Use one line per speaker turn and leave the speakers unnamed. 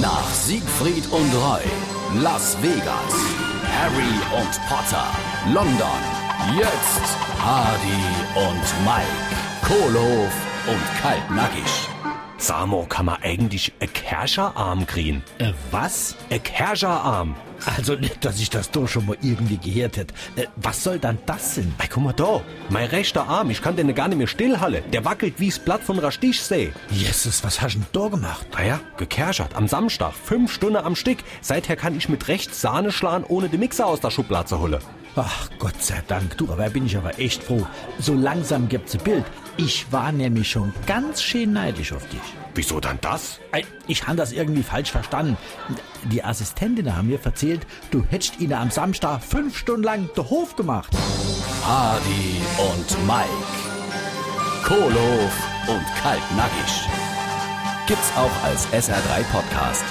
Nach Siegfried und Roy, Las Vegas, Harry und Potter, London, jetzt Hardy und Mike, Kohlehof und Kaltnackig.
Samo, kann man eigentlich ein Kerscherarm kriegen?
Äh, was?
Ein Kerscherarm.
Also nicht, dass ich das doch schon mal irgendwie gehört hätte. Äh, was soll dann das sein?
Ey, guck mal da, mein rechter Arm, ich kann den gar nicht mehr stillhalle. Der wackelt wie's Blatt von Rastischsee.
Jesus, was hast du denn da gemacht?
Naja, gekerschert, am Samstag, fünf Stunden am Stück. Seither kann ich mit rechts Sahne schlagen, ohne den Mixer aus der Schublade zu holen.
Ach, Gott sei Dank. Du, aber bin ich aber echt froh. So langsam gibt's ein Bild. Ich war nämlich schon ganz schön neidisch auf dich.
Wieso dann das?
Ey, Ich habe das irgendwie falsch verstanden. Die Assistentin haben mir erzählt, du hättest ihnen am Samstag fünf Stunden lang den Hof gemacht.
Hardy und Mike, Kohlehof und Kaltnackig. Gibt's auch als SR3 Podcast.